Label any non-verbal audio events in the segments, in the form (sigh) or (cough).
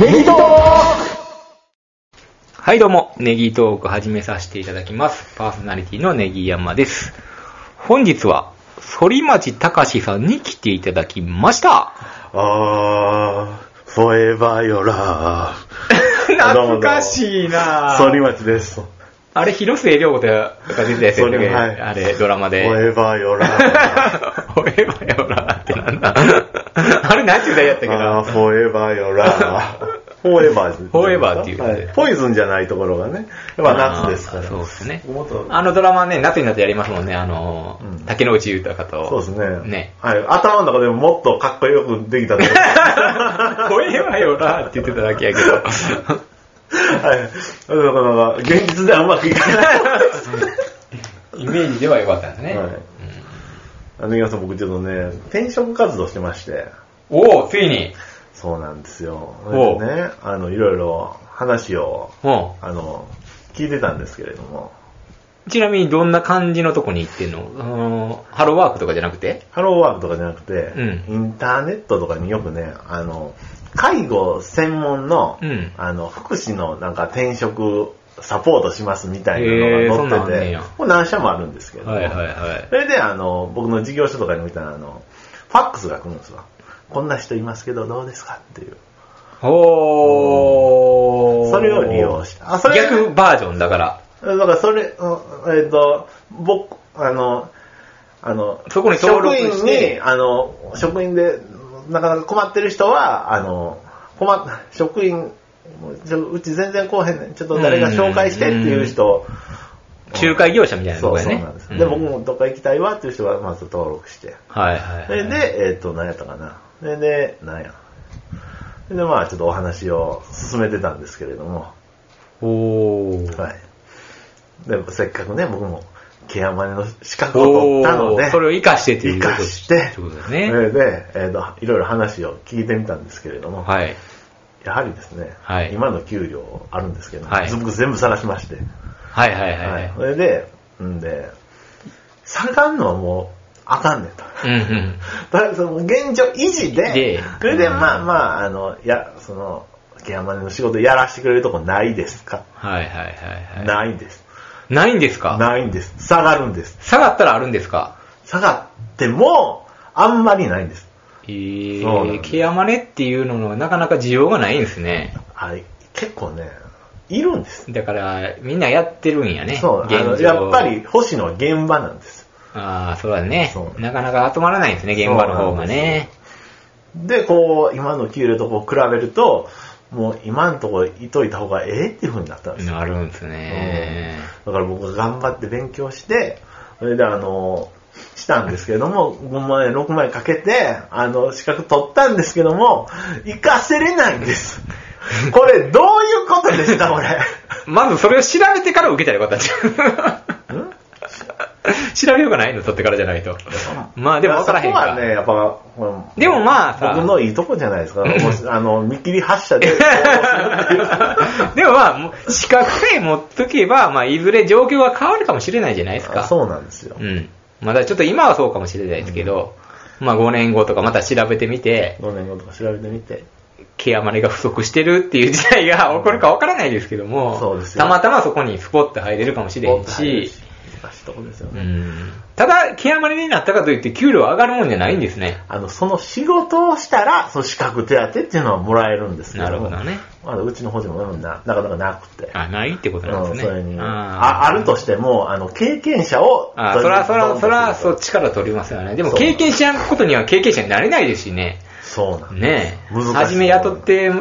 ネギトーはい、どうも、ネギトーク始めさせていただきます。パーソナリティのネギ山です。本日は、反町隆史さんに来ていただきました。あー、フォーエバーよら懐かしいなー。ソリマチです。フあれ、広末涼子とか出てたやつやったっけはいあれ、ドラマォーで。エバー (laughs) よらー。俺はよらってなんだ。あれ、なんていう歌やったっけあー、ど。フォーエバーよらー。フォーエ (laughs) バーフォーエバーっていうはいポイズンじゃないところがね。やっぱ夏ですから。あーそうですねもっと、あのドラマね、夏になってやりますもんね、あのうん、竹野内豊と。そうです (laughs) ね。ね。はい。頭の中でももっとかっこよくでき (laughs) たと思う声はよらって言ってただけやけど。はい。なかなか、現実ではうまくいかない。イメージではよかったんですね。はいあの、皆さん僕ちょっとね、転職活動してまして。おおついに。そうなんですよ。ほうね、あの、いろいろ話を、うんあの、聞いてたんですけれども、ちなみにどんな感じのとこに行ってんのあのハローワークとかじゃなくてハローワークとかじゃなくて、うインターネットとかによくね、あの、介護専門の、うんあの、福祉のなんか転職サポートしますみたいなのがへーそんなんあん載ねんっててや、もう何社もあるんですけど、いはいそ。れで、あの、僕の事業所とかに見たら、あの、ファックスが来るんですよ。こんな人いますけど、どうですかっていう。おー。それを利用してあそれ逆バージョンだから。だからそれ、うんえっ、と、僕、あの、あの、そこに登録して職員に、あの、職員で、なかなか困ってる人は、あの、困っ、職員、ちょうち全然来おへんねん。ちょっと誰が紹介してっていう人、仲介業者みたいなとそこうやそうねなんです。。うんで、僕。もどっか行きたいわっていう人はまず登録して。はいはいそはい。れで、えっ、と、何やったかな。それで、何や。それで、まあ、ちょっとお話を進めてたんですけれども。おー。はい。で、せっかくね、僕も、ケアマネの資格を取おったので、ー。それを活かしてっていう生ことかして、ってことだそね。れで、えっ、と、いろいろ話を聞いてみたんですけれども、はい。やはりですね、はい今の給料あるんですけど、はい僕全部晒しまして、はいはいはいははいいそ。れで、んで、下がんのはもう、あか (laughs) んねんと。うんうん。だからその現状維持で、でそれで、うんまあまあ、あの、や、その、ケアマネの仕事やらせてくれるとこないですか、はいはいはいはないんです。い。ないんですかないんです。下がるんです。下がったらあるんですか下がっても、あんまりないんです。えそうなんー、ですケアマネっていうののなかなか需要がないんですね。はい。結構ね、いるんです。だから、みんなやってるんやね。そう、あの、現状やっぱ。り欲しいのは現場なんです。ああ、そうだねそう。なかなか集まらないんですね、現場の方がね。で、こう、今の給料とこう比べると、もう今のところいといた方がええっていう風になったんですよ。あるんですね。だから僕が頑張って勉強して、それであの、したんですけれども、5万円、6万円かけて、あの、資格取ったんですけども、活かせれないんです。これ、どういうことでした、(laughs) これ。まずそれを調べてから受けたらよかったんじゃん。 (laughs) 調べようがないの取ってからじゃないと。 (laughs) まあでも分からへんそこはね、か。やっぱ、ほらでもまあさ僕のいいとこじゃないですか。もしあの、見切り発車で、こ (laughs) うするっていうでもまあもう、資格さえ持っとけば、まあいずれ状況が変わるかもしれないじゃないですか。そうなんですよう。ん。まだちょっと今はそうかもしれないですけど、まあ5年後とかまた調べてみて、 5年後とか調べてみて。ケアマネが不足してるっていう事態が起こるかわからないですけども、そうですよたまたまそこにスポッと入れるかもしれんし、難しいとこですようね。ん、ただ、ケアマネになったかといって給料上がるもんじゃないんですね。あの、その仕事をしたら、その資格手当っていうのはもらえるんですけど。なるほどね。まだうちの方でもななかなかなくて。あ、ないってことなんうでん、すね。それに。ーああるとしても、あの、経験者を、あ、そら、そどら、んどんそら、そっちから取りますよね。でもそう経験しないことには経験者になれないですしね。そうなんですねえ。難しい初め雇って、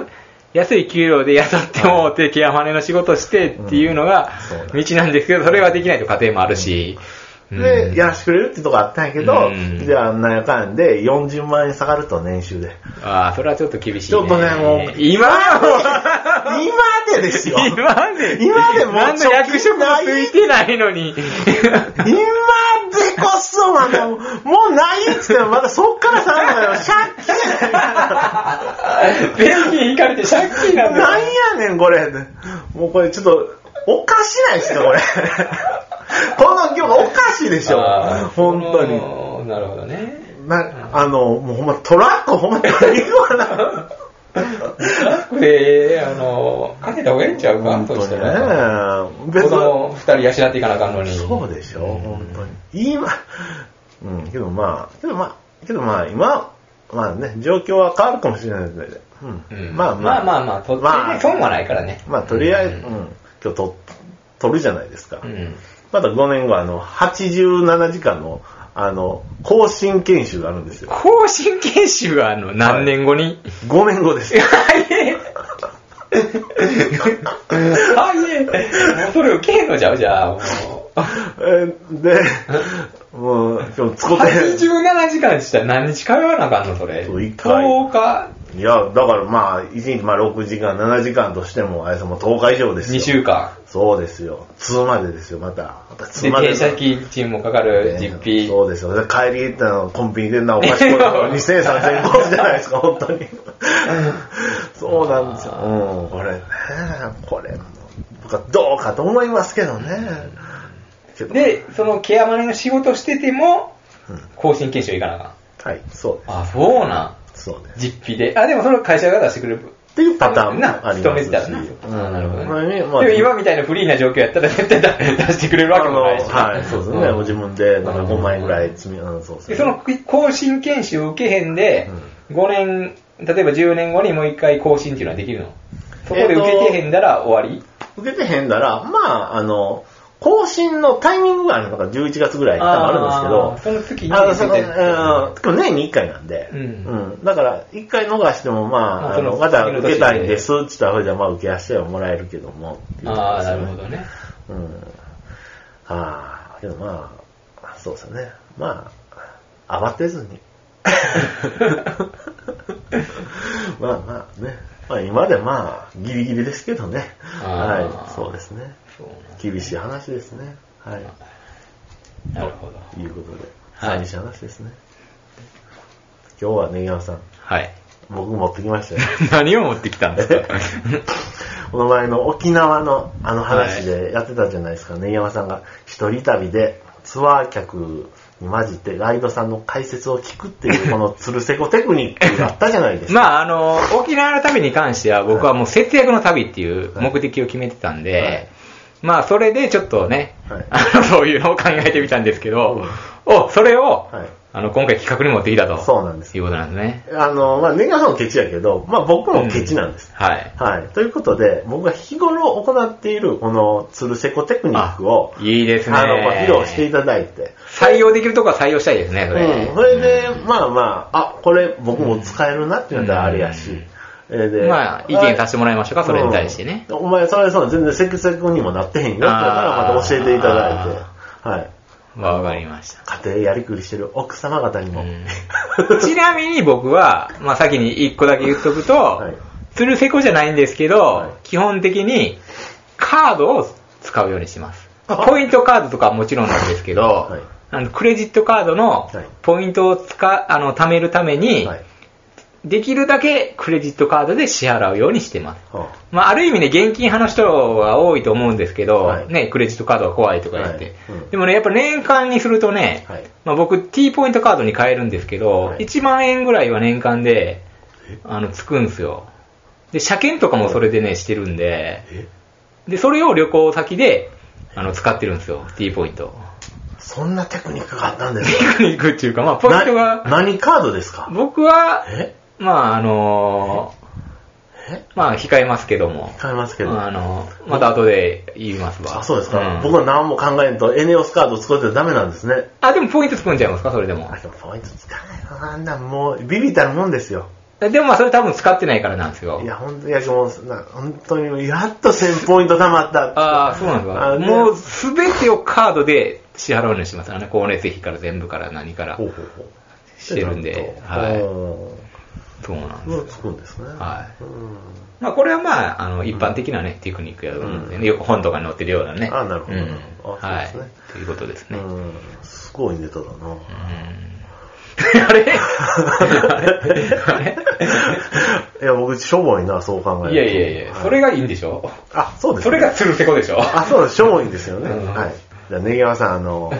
安い給料で雇ってもうて、ケアマネの仕事してっていうのがうんそうだ道なんですけど、それはできないと家庭もあるし。で、うんやらしてくれるってとこあったんやけど、うんじゃあ、なんやかんで、40万円下がると、年収で。 (laughs) ああ、それはちょっと厳しい、ね。ちょっとねもう今今はでですよ。今今で、今でもう何の役職もついてないのに。でこそ、まだ、もうないっつっても、まだそっから下がるのよ。借金税金引かれて借金なんだよ。なんやねん、これ。もうこれ、ちょっと、おかしないっすか、これ。この業界おかしいでしょあー。本当に。そのなるほどね。な、あの、もうほんま、トラック、ほんま、トラックはな。これ、あの、かけた方がええんちゃうか、本そ当したにら。ね。子供二人養っていかなあかんのに。そうでしょ、うん本当に。今、うん、けどまあ、けどまあ、けどまあ、今、まあね、状況は変わるかもしれないので、うん。うんまあまあ、まあまあ、とまあ損はないからね。まあ、とりあえず、ううん、ん今日と、取るじゃないですか。うん。また5年後、あの、87時間の、あの、更新研修があるんですよ。更新研修は、あの、何年後に5年後です。はいえ。はいえ。もうそれ受けへんのじゃうじゃあ、 (laughs) もう。えーで、もう、今日、つこて、 87時間したら何日通わなあかんのそれ。そう一回10日、いや、だからまあ、1日、まあ、6時間、7時間としても、あれさ、もう10日以上ですよ。 2週間。そうですよ。2までですよ、また。またで、 2まで停の。車期賃もかかる、実費。そうですよ。で帰り行ったの、コンビニで (laughs) な、お菓子これ2000、3000円じゃないですか、本当に。そうなんですよ。うん、これね、これ、僕はどうかと思いますけどね。けど、で、そのケアマネの仕事してても、うん更新研修行かなあかん。はい、そうです。あ、そうなん。そうです。実費で。あ、でもそれは会社が出してくれる。っていうパターンもあり勤まめすてし。たらな。うん、なるほどね。まあね、でまもあ今みたいなフリーな状況やったら絶対 (laughs) 出してくれるわけもないし。あのはい、そうですね。もう自分で、なんかうん5枚ぐらい積み、うん、そうですでね。その更新研修を受けへんで、5年、例えば10年後にもう一回更新っていうのはできるのそこで受けてへんだら終わり、受けてへんだら、まあ、あの、更新のタイミングがあるのが11月ぐらいに多分あるんですけどあー、その時にあの、そ絶の、対うん、でも年に1回なんで、ううんん。だから、1回逃しても、ままああ、あその、のま次のた年で受けたいんです、って言ったら、じゃあまあ、受け足はもらえるけども、っていうとこあろあ、ですなよるほど。ね。うん。ああ、けどまあ、そうですよね。まあ、慌てずに。 (laughs) まあまあね。まあ、今でまあ、ギリギリですけどね。あーはい、そうですね。そう厳しい話ですね。はい。ななるほど。ということで、はい寂しい話ですね。今日はね、山さん、はい。 (laughs) 僕持ってきましたよ。何を持ってきたんです (laughs) かこの前の沖縄のあの話でやってたじゃないですか、ね、山さんが一人旅でツアー客に混じってガイドさんの解説を聞くって (laughs) いうこのつるせこテクニックがあったじゃないですか。まあ、あの、沖縄の旅に関しては僕はもう節約の旅っていう目的を決めてたんで、はいまあ、それでちょっとね、はい (laughs) あのそういうのを考えてみたんですけど、お、それを、はいあの、今回企画に持ってきたと。そうなんですいうことなんですね。あの、まあ、年賀さんもケチやけど、まあ、僕もケチなんです。はい。はい。ということで、僕が日頃行っているこのつるせこテクニックを、あいいですねあの、まあ披露していただいて、採用できるとこは採用したいですね、それ。うん、それで、まあまあ、あ、これ僕も使えるなってなったらあれやし、うんえーでまあ、意見させてもらいましょうか、それに対してね。うんお前、それそう全然セクセクにもなってへんよって言ったあーら、また教えていただいてあ、はい。わかりました。家庭やりくりしてる奥様方にも、 (laughs) うんちなみに僕は、まあ、先に一個だけ言っとくと、いつるせこじゃないんですけど、はい基本的にカードを使うようにします。あポイントカードとかはもちろんなんですけど、はいあのクレジットカードのはいポイントを使、あの、貯めるために、はい。できるだけクレジットカードで支払うようにしてます。はまあ、ある意味ね、現金派の人が多いと思うんですけど、はいね、クレジットカードが怖いとか言って。はいうんでもね、やっぱ年間にするとね、はいまあ、僕 T ポイントカードに変えるんですけど、はい1万円ぐらいは年間で、あの、つくんですよ。で、車検とかもそれでね、してるんで、えで、それを旅行先で、あの、使ってるんですよ、T ポイント。そんなテクニックがあったんです (laughs) テかクニックっていうか、まあ、ポイントなが、何カードですか僕は、えまあ、あのえまあ、控えますけども。買いますけど。あの、また後で言いますわ。あ、そうですか。ん僕は何も考えんと、エネオスカード使ってダメなんですね。あ、でもポイント作んじゃいますか、それでもあ、。でもポイント使わないのあんなもう、ビビったるもんですよ。でもまあそれ多分使ってないからなんですよい。や、本当に、いや、もう、な本当に、やっと1000ポイント貯まった。ああ、そうなんですか。あねもうすべてをカードで支払うようにしてます。あの、光熱費から全部から何からほうほうほう。してるんで。は。はいそうなんい。でもうす。つくんですね。はいうんまあこれはまあ、あの、一般的なね、テクニックやと思うんですよね。よく本とかに載ってるようなね。あなるほどうんなるほどはあいそうですね。ということですね。うん (laughs) うん。すごいネタだな。あれ (laughs) あれいや、僕、しょぼいな、そう考えると。いやいやいや、はそれがいいんでしょあ、そうですそねれが、つるせこでしょあ、そうです。しょぼいんですよね。うんはい。じゃあ、ネギワさん、あの、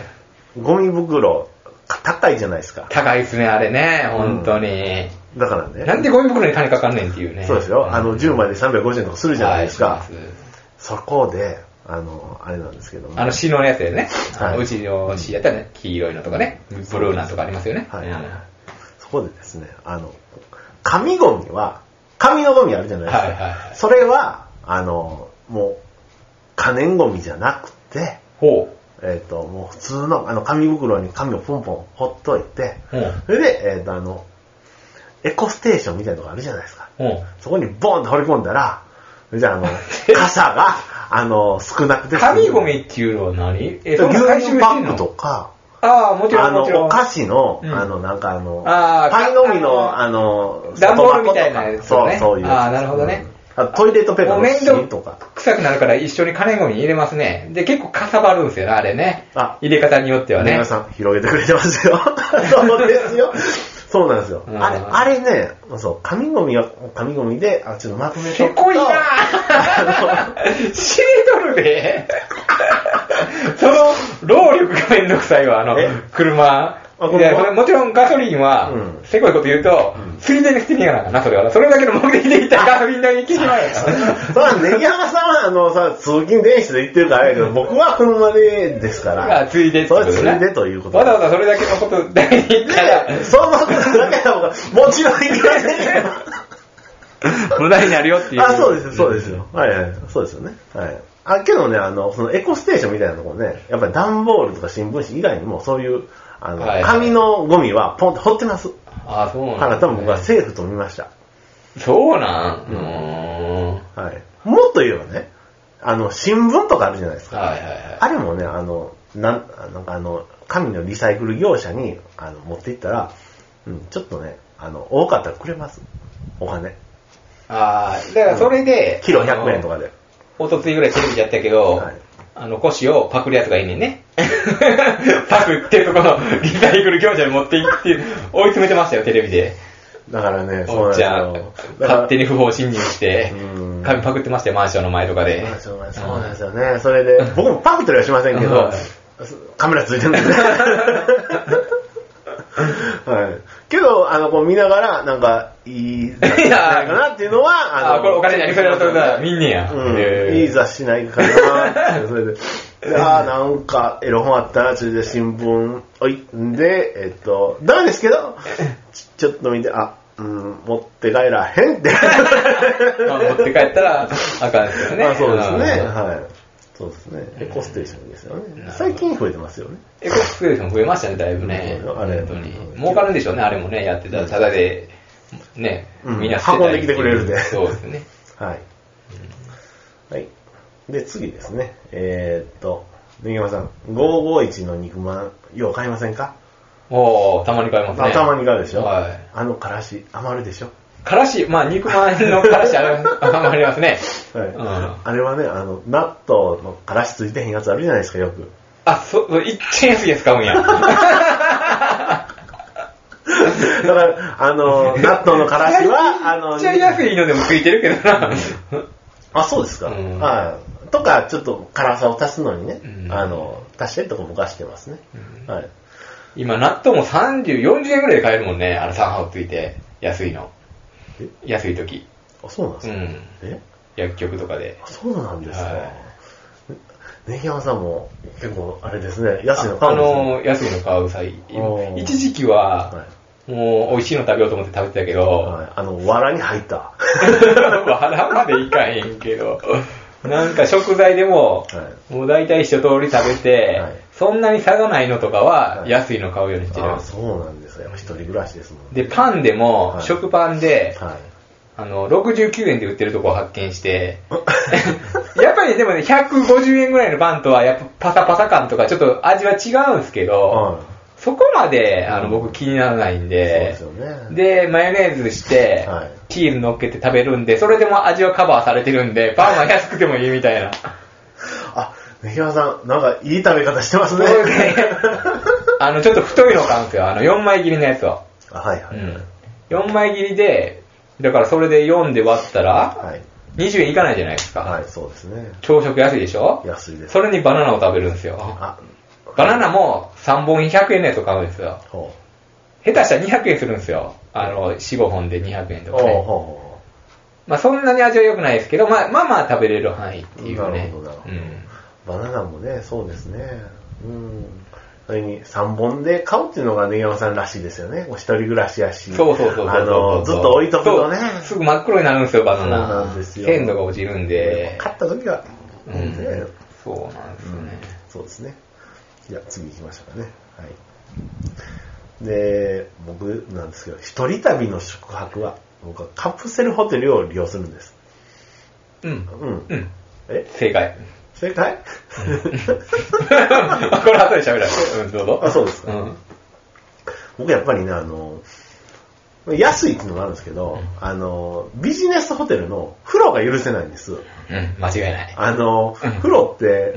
ゴミ袋、高いじゃないですか。高いですね、あれね、本当に。だからね。なんでゴミ袋に金かかんねんっていうね。そうですよ。あの、10枚で350円とかするじゃないですか。はいそうですそこで、あの、あれなんですけども。あの、詩のやつでね。はいあのうちの詩やったらね、黄色いのとかね、ブルーなとかありますよね。はいうんそこでですね、あの、紙ゴミは、紙のゴミあるじゃないですはか。いはいはいそれは、あの、もう、可燃ゴミじゃなくて、ほえっ、と、もう普通の、あの、紙袋に紙をポンポンほっといて、う。うん。それで、えっ、と、あの、エコステーションみたいなのがあるじゃないですか。うん。そこにボーンと放り込んだら、じゃあ、あ (laughs) の、傘が、あの、少なくて。紙ゴミっていうのは何え牛そんな回収乳してパんックとのか、ああ、もちろあん、のもち、ろん。お菓子の、うんあの、なんかあの、あーパイのかみの、あの、段ボールみ外箱とかたいなやつをねそう、そういう。あーなるほどねうん。あとトイレットペーパーもうの面倒芯とか。臭くなるから一緒に金ゴミ入れますね。で、結構かさばるんですよね、あれね。あ入れ方によってはね皆。さん、広げてくれてま (laughs) すよ。そうですよ。そうなんですよ。うんあれ、あれね、そう、紙ゴミが、紙ゴミで、あ、ちょっとまとめて。せこいなぁ知れとる (laughs) でその労力がめんどくさいわ、あのえ、車。あこいれやこれもちろんガソリンはう、んせこいこと言うと、ついでに捨てに行かなあかんな、それはな。それだけの目的で行ったらガソリン代に行けしまうやからそうなんネギハさんは、あの、さ、通勤電車で行ってるからあれやけど、僕は車でですかま (laughs) あら。ついでってそこれとはねついでということわざわざそれだけのことだけに行った (laughs) ら、そのことだけは僕はもちろん行きませんよ。無駄になるよっていう。あ、そうですよ、そうですよ。はいはい。そうですよね。はい。あ、けどね、あの、そのエコステーションみたいなところね、やっぱり段ボールとか新聞紙以外にも、そういう、あの、はいはい紙のゴミはポンって放ってます。あ、そうだなんかだら多分僕はセーフと見ました。そうなんうんうーんはい。もっと言えばね、あの、新聞とかあるじゃないですか。はいはいはい。あれもね、あの、なん、なんかあの、紙のリサイクル業者に、あの、持っていったら、うん、ちょっとね、あの、多かったらくれます。お金。ああ、だからそれで、キロ100円とかで。おとついぐらいテレビでやったけど、はいあの、腰をパクるやつがいいねんね。 (laughs) パクってとこのリサイクル業者に持って行って、追い詰めてましたよ、テレビで。だからね、そうおっなんちですゃんよ。、だから勝手に不法侵入してうん、紙パクってましたよ、マンションの前とかで。まあそうなんですそうなんですよね。それで、僕もパクってはしませんけはどい、カメラついてる (laughs) んですね。はい。けど、あの、こう見ながら、なんか、いい雑誌じゃないかなっていうのは、あああ、の、これお金になりそうだったら、見んねや。うん、いい雑誌ないかなって、そ (laughs) れで。でああ、なんか、エロ本あったな、それで新聞、おい、んで、えっと、ダメですけど、ちちょっと見て、あ、うん、持って帰らへんって。まあ持って帰ったら、あかんですよね。 (laughs) あそうですね。んはい。そうですね。エコステーションですよほね。ど最近増えてますよね。エコスクールも増えましたね、だいぶね。うんあれ本当にうん。儲かるんでしょうね、あれもね、やってたら、ただで、ね、うんみんな捨てたりっていう運んできてくれるんでそうですね。はい。はい。で、次ですね。えーっと、ネギマさん、551の肉まん、よう買いませんか、おー、たまに買いますね。あたまに買うでしょはい。あのからし余るでしょからし、まあ、肉まんのからしあれありますね。はい、うんあれはね、あの、納豆のからしついてへんやつあるじゃないですか、よく。 (laughs) あ、そ、そう、いっちゃ安いやつ買うんや。だから、あの、納豆のから (laughs) しは、あいのっ、ちゃ安いのでも食いてるけどな。あ、そうですか。うんはい。とか、ちょっと辛さを足すのにね、うんあの、足したりとか僕はしてますね。はい。 (laughs) 今、納豆も30、40円ぐらいで買えるもんね、あの、3箱ついて、安いのえ。安い時。あ、そうなんですうか。ん。え薬局とかで。あそうなんですか。はいネギ山さんも結構、あれですね、安いのあ買うんですね。の、安いの買う際お。ー一時期あの、はは、いもう、美味しいの食べようと思って食べてたけど、はい、あの、藁に入った。腹までいかへんけど、なんか食材でも、はもう大体一通り食べてはい、そんなに差がないのとかは、はい安いの買うようにしてるあ。そうなんですか。やっぱ一人暮らしですもんね。で、パンでもは、い食パンで、はい。あの、69円で売ってるとこを発見 (laughs) して、やっぱりでもね、150円ぐらいのパンとは、やっぱパサパサ感とか、ちょっと味は違うんですけど、はいそこまで、あうの、ん僕気にならないんそうでで、すよね。で、マヨネーズして、はいチーズ乗っけて食べるんで、それでも味はカバーされてるんで、パンは安くてもいいみたいな。あ、ネギ山さん、なんかいい食べ方してますそうでね。すね。あの、ちょっと太いの買うんですよ。あの、4枚切りのやつを。あはいはうい。ん。4枚切りで、だからそれで4で割ったら、はい。 20円いかないじゃないですか。はい、そうですね。朝食安いでしょ安いです。それにバナナを食べるんですよ。あ、バナナも3本100円のやつを買うんですよ。ほ下手したら200円するんですよ。あの、4、5本で200円とおうかね。おまあそんなに味は良くないですけど、まあまあまあ食べれる範囲っていうなるね。ほどなるほうどん。うバナナもね、そうですね。うん。それに3本で買うっていうのが根山さんらしいですよね。お一人暮らしやし。そうそうそうそうあの、ずっと置いとくとね。そうすぐ真っ黒になるんですよ、バナナ。そうなんですよ鮮度が落ちるんで。買った時は、ううんんね、そうなんですよね。そうですね。じゃあ次行きましょうかね。はい。で、僕なんですけど、一人旅の宿泊は、僕はカプセルホテルを利用するんです。うん。うん。うん。え正解。 (laughs) 正解これ後で喋らせて。うん、どうぞ。あそうですかうん。僕やっぱりね、あの、安いっていうのがあるんですけど、あの、ビジネスホテルの風呂が許せないんです。うん、間違いない。あの、うん風呂って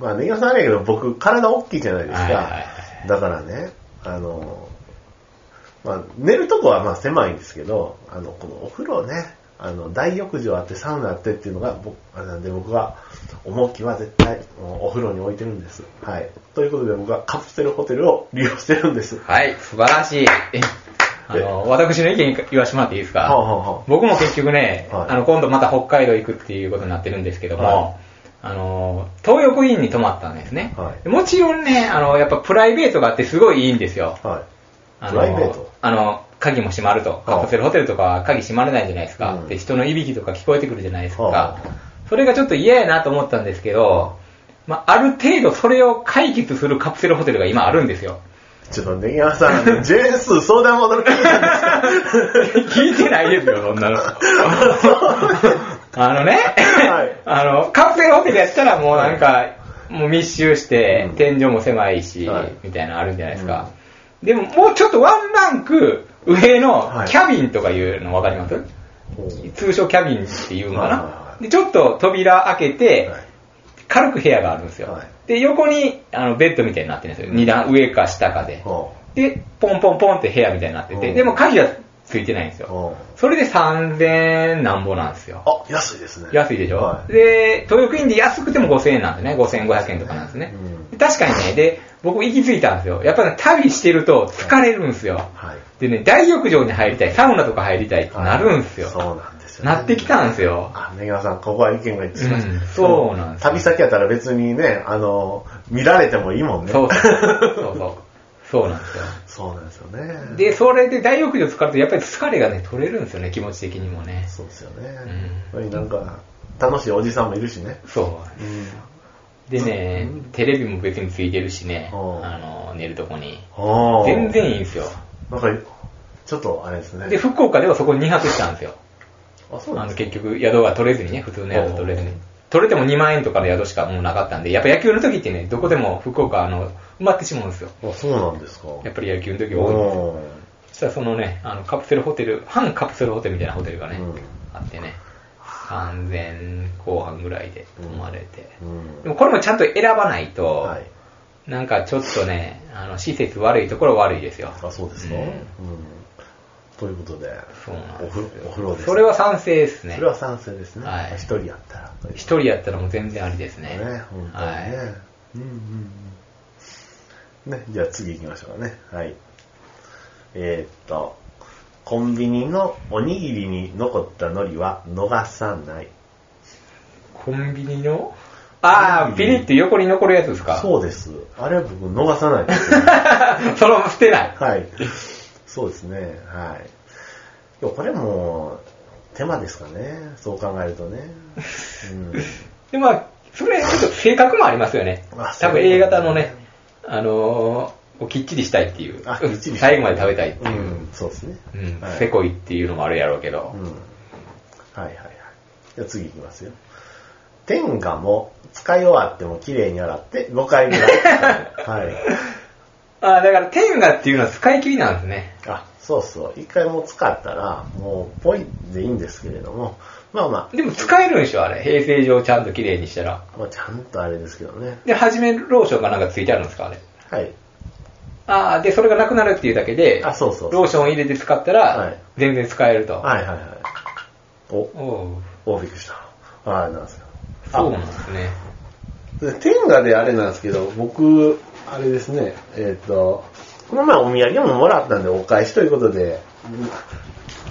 うん、まあ、ネギさんあれやけど、僕、体大きいじゃないですはいはいはか。だからね、あの、まあ、寝るとこはまあ狭いんですけど、あの、このお風呂ね、あの、大浴場あってサウナあってっていうのが、僕、あれなんで僕は、重きは絶対、もうお風呂に置いてるんです。はい。ということで僕はカプセルホテルを利用してるんです。はい、素晴らしい。えあの、私の意見言わしてもらっていいですかはあはあはあ僕も結局ね、はいあの、今度また北海道行くっていうことになってるんですけども、はいあの、東横インに泊まったんですね、はいもちろんね、あの、やっぱプライベートがあってすごいいいんですよ。はい。あのプライベートあの、鍵も閉まると。はいカプセルホテルとかは鍵閉まらないじゃないですか。うんで、人のいびきとか聞こえてくるじゃないですか。はそれがちょっと嫌やなと思ったんですけど、まあ、ある程度それを解決するカプセルホテルが今あるん (laughs) ですよ。ちょっとネギ山さん、(laughs) JS 相談戻る気なんですか聞いてないですよ、そん (laughs) なの。あのね、はい (laughs) あの、カプセルホテルやったらもうなんか、もう密集して、うん天井も狭いし、はいみたいなのあるんじゃないですか。でももうちょっとワンランク上のはいキャビンとかいうの分かります、ほう通称キャビンっていうのかはいはいなは。いで、ちょっと扉開けて、はい軽く部屋があるんですよ。はいで、横にあのベッドみたいになってるんですよ。うん二段上か下かで。ほで、ポンポンポンって部屋みたいになってて、うんでも鍵はついてないんですうよ。ほそれで3000なんぼなんですよう。あ、安いですね。安いでしょ、はい。で、東横インで安くても5000円なんでね、5500円とかなんですね。う確かにね、で、僕行き着いたんですよ。やっぱね、旅してると疲れるんですよ。はい。でね、大浴場に入りたい、サウナとか入りたいってなるんですよ。そうなんですよ、ね。なってきたんですよ。あ、根川さん、ここは意見が一致しました。うんそうなんですよ旅先やったら別にね、あの、見られてもいいもんね。そうそう。そうそう。そうなんですよ。そうなんですよね。で、それで大浴場使うと、やっぱり疲れがね、取れるんですよね、気持ち的にもね。そうですよね。んそれになんか、楽しいおじさんもいるしね。そうう。ん。でね、テレビも別についてるしね、あおうの、寝るとこに。あー全。然いいんですよ。なんか、ちょっとあれですね。で、福岡ではそこに2泊したんですよ。あ、そうなあんの、です結局、宿が取れずにね、普通の宿取れずにおう。取れても2万円とかの宿しかもうなかったんで、やっぱ野球の時ってね、どこでも福岡、あの、埋まってしまうんですよ。かあ、そうなんですか。やっぱり野球の時多いんですよおーそしたらそのね、あのカプセルホテル、半カプセルホテルみたいなホテルがね、うんあってね、3000後半ぐらいで泊まれて、うんでもこれもちゃんと選ばないと、はい。なんかちょっとね、あの施設悪いところは悪いですよ。あ、そうですか。うんん。ということで、そうなんおです風よ呂お風呂です。それは賛成ですねそ。れは賛成ですね。はい一人やったら。一人やったらもう全然ありですね。ね、本当にね。はい。うんうんうん。ね、じゃあ次行きましょうかね。はい。えーっと、コンビニのおにぎりに残った海苔は逃さない。コンビニのああ、ピリって横に残るやつですか。そうです。あれは僕逃さないです、ね。 (laughs) そのまま捨てない。はい。そうですね。はい。でもこれも、手間ですかね。そう考えるとね。うん。で、まあ、それ、ちょっと性格もありますよねあ。多そう分 A 型のね、あのー、こうきっちりしたいっていう。あきっちり最後まで食べたいってういう。ん、そうですね。うんはいせこいっていうのもあるやろうけど。うん。はいはいはい。じゃあ次いきますよ。天下も使い終わっても綺麗に洗って5回ぐらい。 (laughs) はい。ああ、だから、天下っていうのは使い切りなんですね。あ、そうそう。一回もう使ったら、もうポイでいいんですけれども、まあまでも使えるんでしょ、あれ。平成上ちゃんと綺麗にしたら。あ、まあちゃんとあれですけどね。で、初めローションがなんかついてあるんですか、あれ。はい。ああ、で、それがなくなるっていうだけで、あ、そうそうローションを入れて使ったはらい、全然使えると。はいはいはい。お、おうお、びっくりした。あれなんですよ。そうなんですね。で天下であれなんですけど、僕、あれですね、えっ、と、この前お土産ももらったんでお返しということで、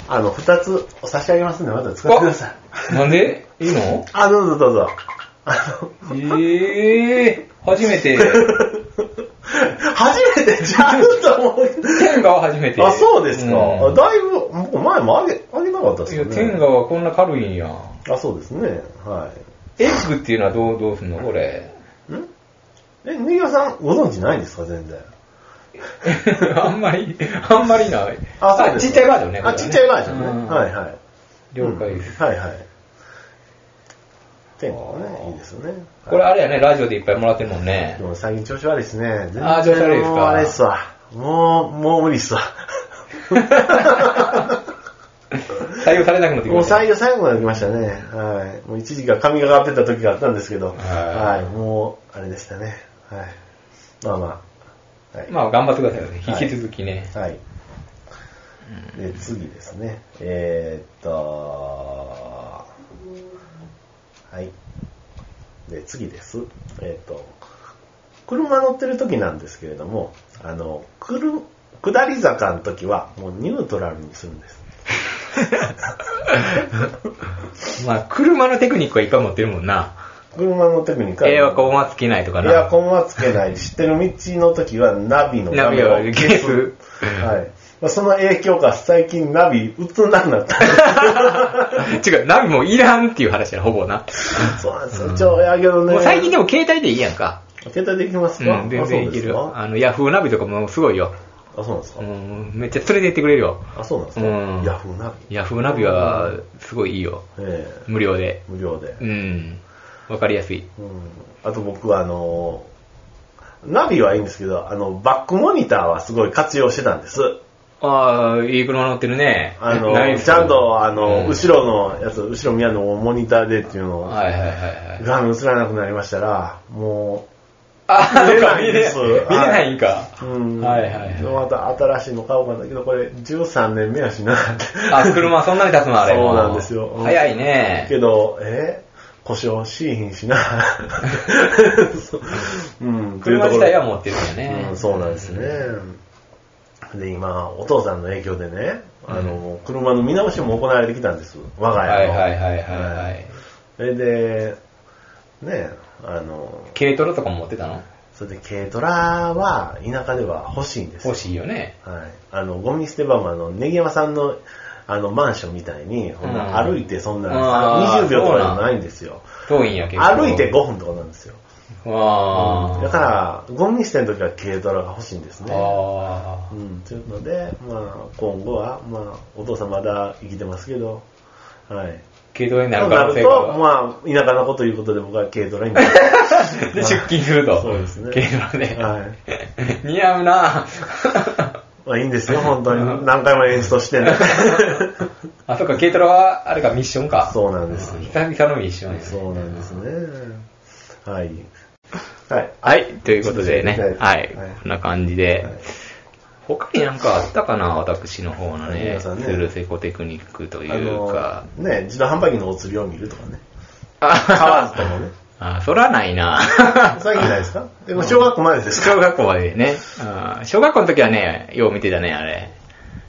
あの、二つお差し上げますんで、また使ってください。なんでいいのあ、どうぞどうぞ。あええ初め (laughs) て。の、 (laughs) 初めてちゃうと思う。天下は初めて。あ、そうですか。うんだいぶ、もう前もあげ、あげなかったですいよや、ね。天下はこんな軽いんや。あ、そうですね。はエッグっていうのはどう、どうすんのこれ。 (laughs) い。んえ、ネギワさんご存知ないんですか全然。あんまり、あんまりない。そうですちっちゃいバージョンね。。あ、ちっちゃいバージョンね。はいいはい。了解です。うんはいはい。天候ね、いいですよね。これあれやね、ラジオでいっぱいもらってるもんねで。も最近調子悪いですね。全然あー調子悪いですかもうあれっすわ。もう、もう無理っすわ。採用されなくなってくもうる。採用最後まで来ましたね。はい。もう一時間髪がかってた時があったんですけど、はいはい。もう、あれでしたね。はい。まあまあ。はい。まあ、頑張ってくださいね。は引いき続きね。はい。で、次ですね。えー、っと、はい。で、次です。えー、っと、車乗ってる時なんですけれども、あの、くる、下り坂の時は、もうニュートラルにするんです。まあ、車のテクニックはいっぱい持ってるもんな。車のテクニックはエアコンはつけないとかな。エアコンはつけない。知ってる道の時はナビのナビを消す。はい。まあその影響か最近ナビ映んなくなった。 (laughs) 違う、ナビもいらんっていう話や、ほぼな。 (laughs) そうなんですよ。ちょ、やけどもね。う最近でも携帯でいいやんか。携帯できますか、うん、全然いけるよ。あ、あの、ヤフーナビとかもすごいよ。そうなんですか、うん、めっちゃ連れて行ってくれるよ。あ、そうなんですか、うんヤフーナビ。ヤフーナビは、すごいいいよ。ええ無料で。無料でう。ん。わかりやすい。うんあと僕は、あのー、ナビはいいんですけど、あの、バックモニターはすごい活用してたんです。ああ、いい車乗ってるね。あのナイ、スちゃんと、あうの、ん後ろのやつ、後ろ見やのモニターでっていうのを、はいはいはいはい。画面映らなくなりましたら、もあ見ー、れそうかない見れんです見れないんか。う、うん。はいはいはいまた新しいの買おうかなけど、これ13年目やしなって。あ、車そんなに経つのあれ。そうなんですよ早いね。けど、え故障しいひんし (laughs) な。そううん、車自体はう持ってるよね。うん、そうなんですね。で、今、お父さんの影響でね、あの、車の見直しも行われてきたんです。我はがいは家いの。はいはいはうんい。それで、ね、あの、軽トラとかも持ってたのそれで軽トラは田舎では欲しいんですよ欲しいよね。はい。あの、ゴミ捨て場もあの、ネギ山さんの、あの、マンションみたいに、ほんなうん歩いてそんな、あー20秒とかじゃないんですよ。遠いんやけど。歩いて5分とかなんですよ。ああ。だから、ゴミ捨ての時は軽トラが欲しいんですね。あうあ。ん、というので、まあ、今後は、まあ、お父さんまだ生きてますけど、はい。軽トラになとるな可能る性と、が。まあ、田舎のこということで僕は軽トラになる。 (laughs) で、出勤すると。そうですね軽トラで。はい。似合うなまあ、いいんですよ、本当に。何回も演奏し (laughs) てね。あ、そっか、軽トラは、あれか、ミッションか。そうなんですよ久々のミッションやねそうなんですね。はい。はい。はい、ということでねははい、いはい、こんな感じではい、他になんかあったかな、私の方のはいね、皆ツさんねールセコテクニックといあうか、の、ね、自動販売機のお釣りを見るとか (laughs) ね。買わあずともね。あ、そらないな。最近ないですかでも小学校までですか小学校までね、うん小学校の時はね、よう見てたね、あれ。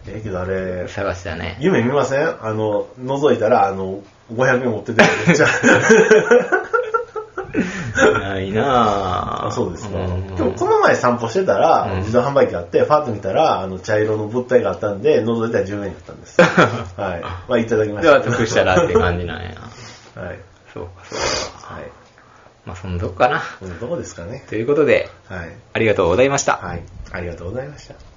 ええけどあれ、探してたね。夢見ませんあの、覗いたら、あの、500円持ってて、めっ (laughs) ちゃ。ないな (laughs) あ、そうですか。んでも、この前散歩してたら、うん自動販売機あって、ファーッと見たら、あの、茶色の物体があったんで、覗いたら10円だったん (laughs) です。はい。まあ、いただきましでた。は得した (laughs) らって感じなんや。はい。そうか、そうか。はい。まあ、そのとこかな。このとこですかね。ということで、はい。ありがとうございました。はい。ありがとうございました。